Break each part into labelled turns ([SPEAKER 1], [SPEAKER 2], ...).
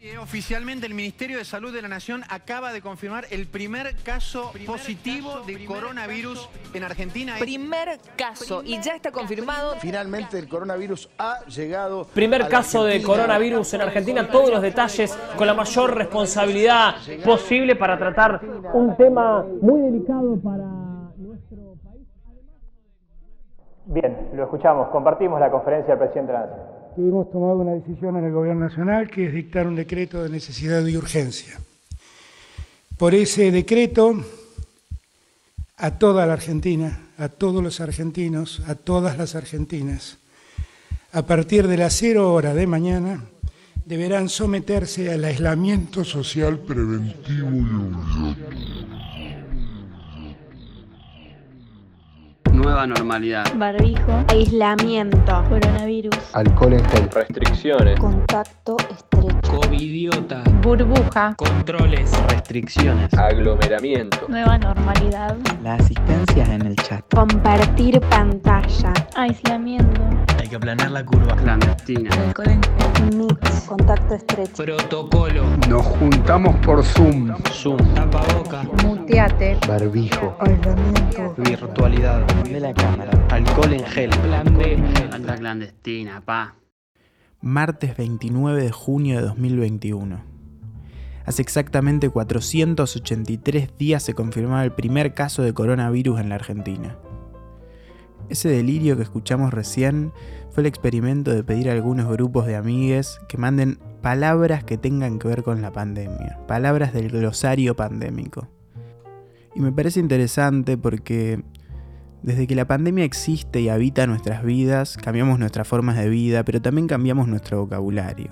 [SPEAKER 1] Eh, Oficialmente el Ministerio de Salud de la Nación acaba de confirmar el primer caso positivo de coronavirus en Argentina.
[SPEAKER 2] Primer caso, y ya está confirmado.
[SPEAKER 3] Finalmente el coronavirus ha llegado. a
[SPEAKER 4] Primer
[SPEAKER 3] la
[SPEAKER 4] caso de
[SPEAKER 3] Argentina.
[SPEAKER 4] coronavirus en Argentina, todos los detalles con la mayor responsabilidad posible para tratar un tema muy delicado para nuestro país.
[SPEAKER 5] Bien, lo escuchamos, compartimos la conferencia del presidente de la Nación.
[SPEAKER 6] Hemos tomado una decisión en el Gobierno Nacional que es dictar un decreto de necesidad y urgencia. Por ese decreto, a toda la Argentina, a todos los argentinos, a todas las argentinas, a partir de las cero hora de mañana, deberán someterse al aislamiento social preventivo y
[SPEAKER 7] Nueva normalidad.
[SPEAKER 8] barbijo, aislamiento, coronavirus,
[SPEAKER 9] Ah.
[SPEAKER 3] Alcohol en gel.
[SPEAKER 10] Restricciones.
[SPEAKER 8] contacto estrecho,
[SPEAKER 7] Covidiota.
[SPEAKER 8] burbuja,
[SPEAKER 7] Controles. Restricciones.
[SPEAKER 10] Aglomeramiento.
[SPEAKER 8] nueva normalidad,
[SPEAKER 7] Las asistencias en el chat.
[SPEAKER 8] compartir pantalla, aislamiento,
[SPEAKER 7] Hay que aplanar la curva. Clandestina.
[SPEAKER 8] mix, contacto estrecho,
[SPEAKER 7] Protocolo.
[SPEAKER 3] Nos juntamos por Zoom.
[SPEAKER 7] Zoom. Tapaboca.
[SPEAKER 2] Muteate.
[SPEAKER 3] Barbijo.
[SPEAKER 2] aislamiento.
[SPEAKER 7] Virtualidad. De la cámara. Alcohol en gel. Plan B. Anda clandestina, pa.
[SPEAKER 9] martes 29 de junio de 2021. Hace exactamente 483 días se confirmaba el primer caso de coronavirus en la Argentina. Ese delirio que escuchamos recién fue el experimento de pedir a algunos grupos de amigues que manden palabras que tengan que ver con la pandemia, palabras del glosario pandémico. Y me parece interesante porque desde que la pandemia existe y habita nuestras vidas, cambiamos nuestras formas de vida, pero también cambiamos nuestro vocabulario.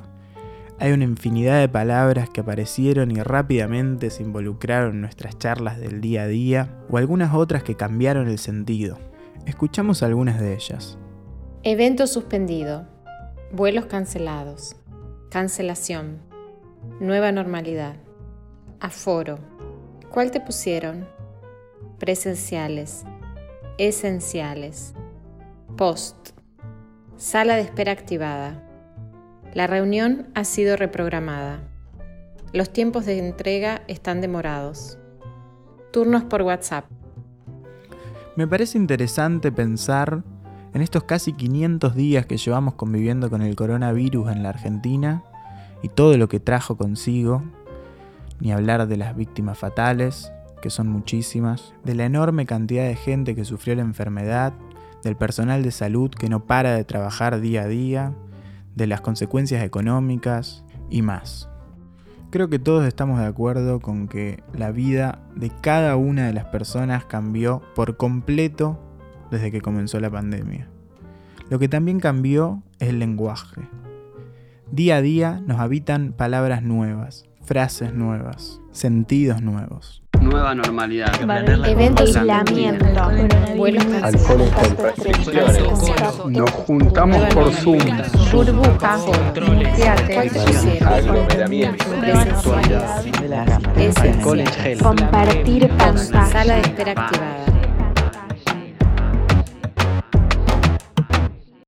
[SPEAKER 9] Hay una infinidad de palabras que aparecieron y rápidamente se involucraron en nuestras charlas del día a día, o algunas otras que cambiaron el sentido. Escuchamos algunas de ellas.
[SPEAKER 11] Evento suspendido. Vuelos cancelados. Cancelación. Nueva normalidad. Aforo. ¿Cuál te pusieron? Presenciales. Esenciales. Post. Sala de espera activada. La reunión ha sido reprogramada. Los tiempos de entrega están demorados. Turnos por WhatsApp.
[SPEAKER 9] Me parece interesante pensar en estos casi 500 días que llevamos conviviendo con el coronavirus en la Argentina y todo lo que trajo consigo, ni hablar de las víctimas fatales, que son muchísimas, de la enorme cantidad de gente que sufrió la enfermedad, del personal de salud que no para de trabajar día a día, de las consecuencias económicas y más. Creo que todos estamos de acuerdo con que la vida de cada una de las personas cambió por completo desde que comenzó la pandemia. Lo que también cambió es el lenguaje. Día a día nos habitan palabras nuevas, frases nuevas, sentidos nuevos.
[SPEAKER 7] Nueva normalidad.
[SPEAKER 8] evento aislamiento,
[SPEAKER 11] Vuelos
[SPEAKER 8] coronavirus,
[SPEAKER 11] cancelados.
[SPEAKER 3] Alcohol en gel.
[SPEAKER 8] contacto estrecho,
[SPEAKER 7] Protocolo.
[SPEAKER 3] Nos juntamos por Zoom.
[SPEAKER 2] Burbuja.
[SPEAKER 11] ¿Cuál
[SPEAKER 2] Muteate.
[SPEAKER 11] te pusieron?
[SPEAKER 10] Aglomeramiento.
[SPEAKER 11] Presenciales.
[SPEAKER 7] Alcohol en gel.
[SPEAKER 8] compartir pantalla,
[SPEAKER 11] Sala de espera activada.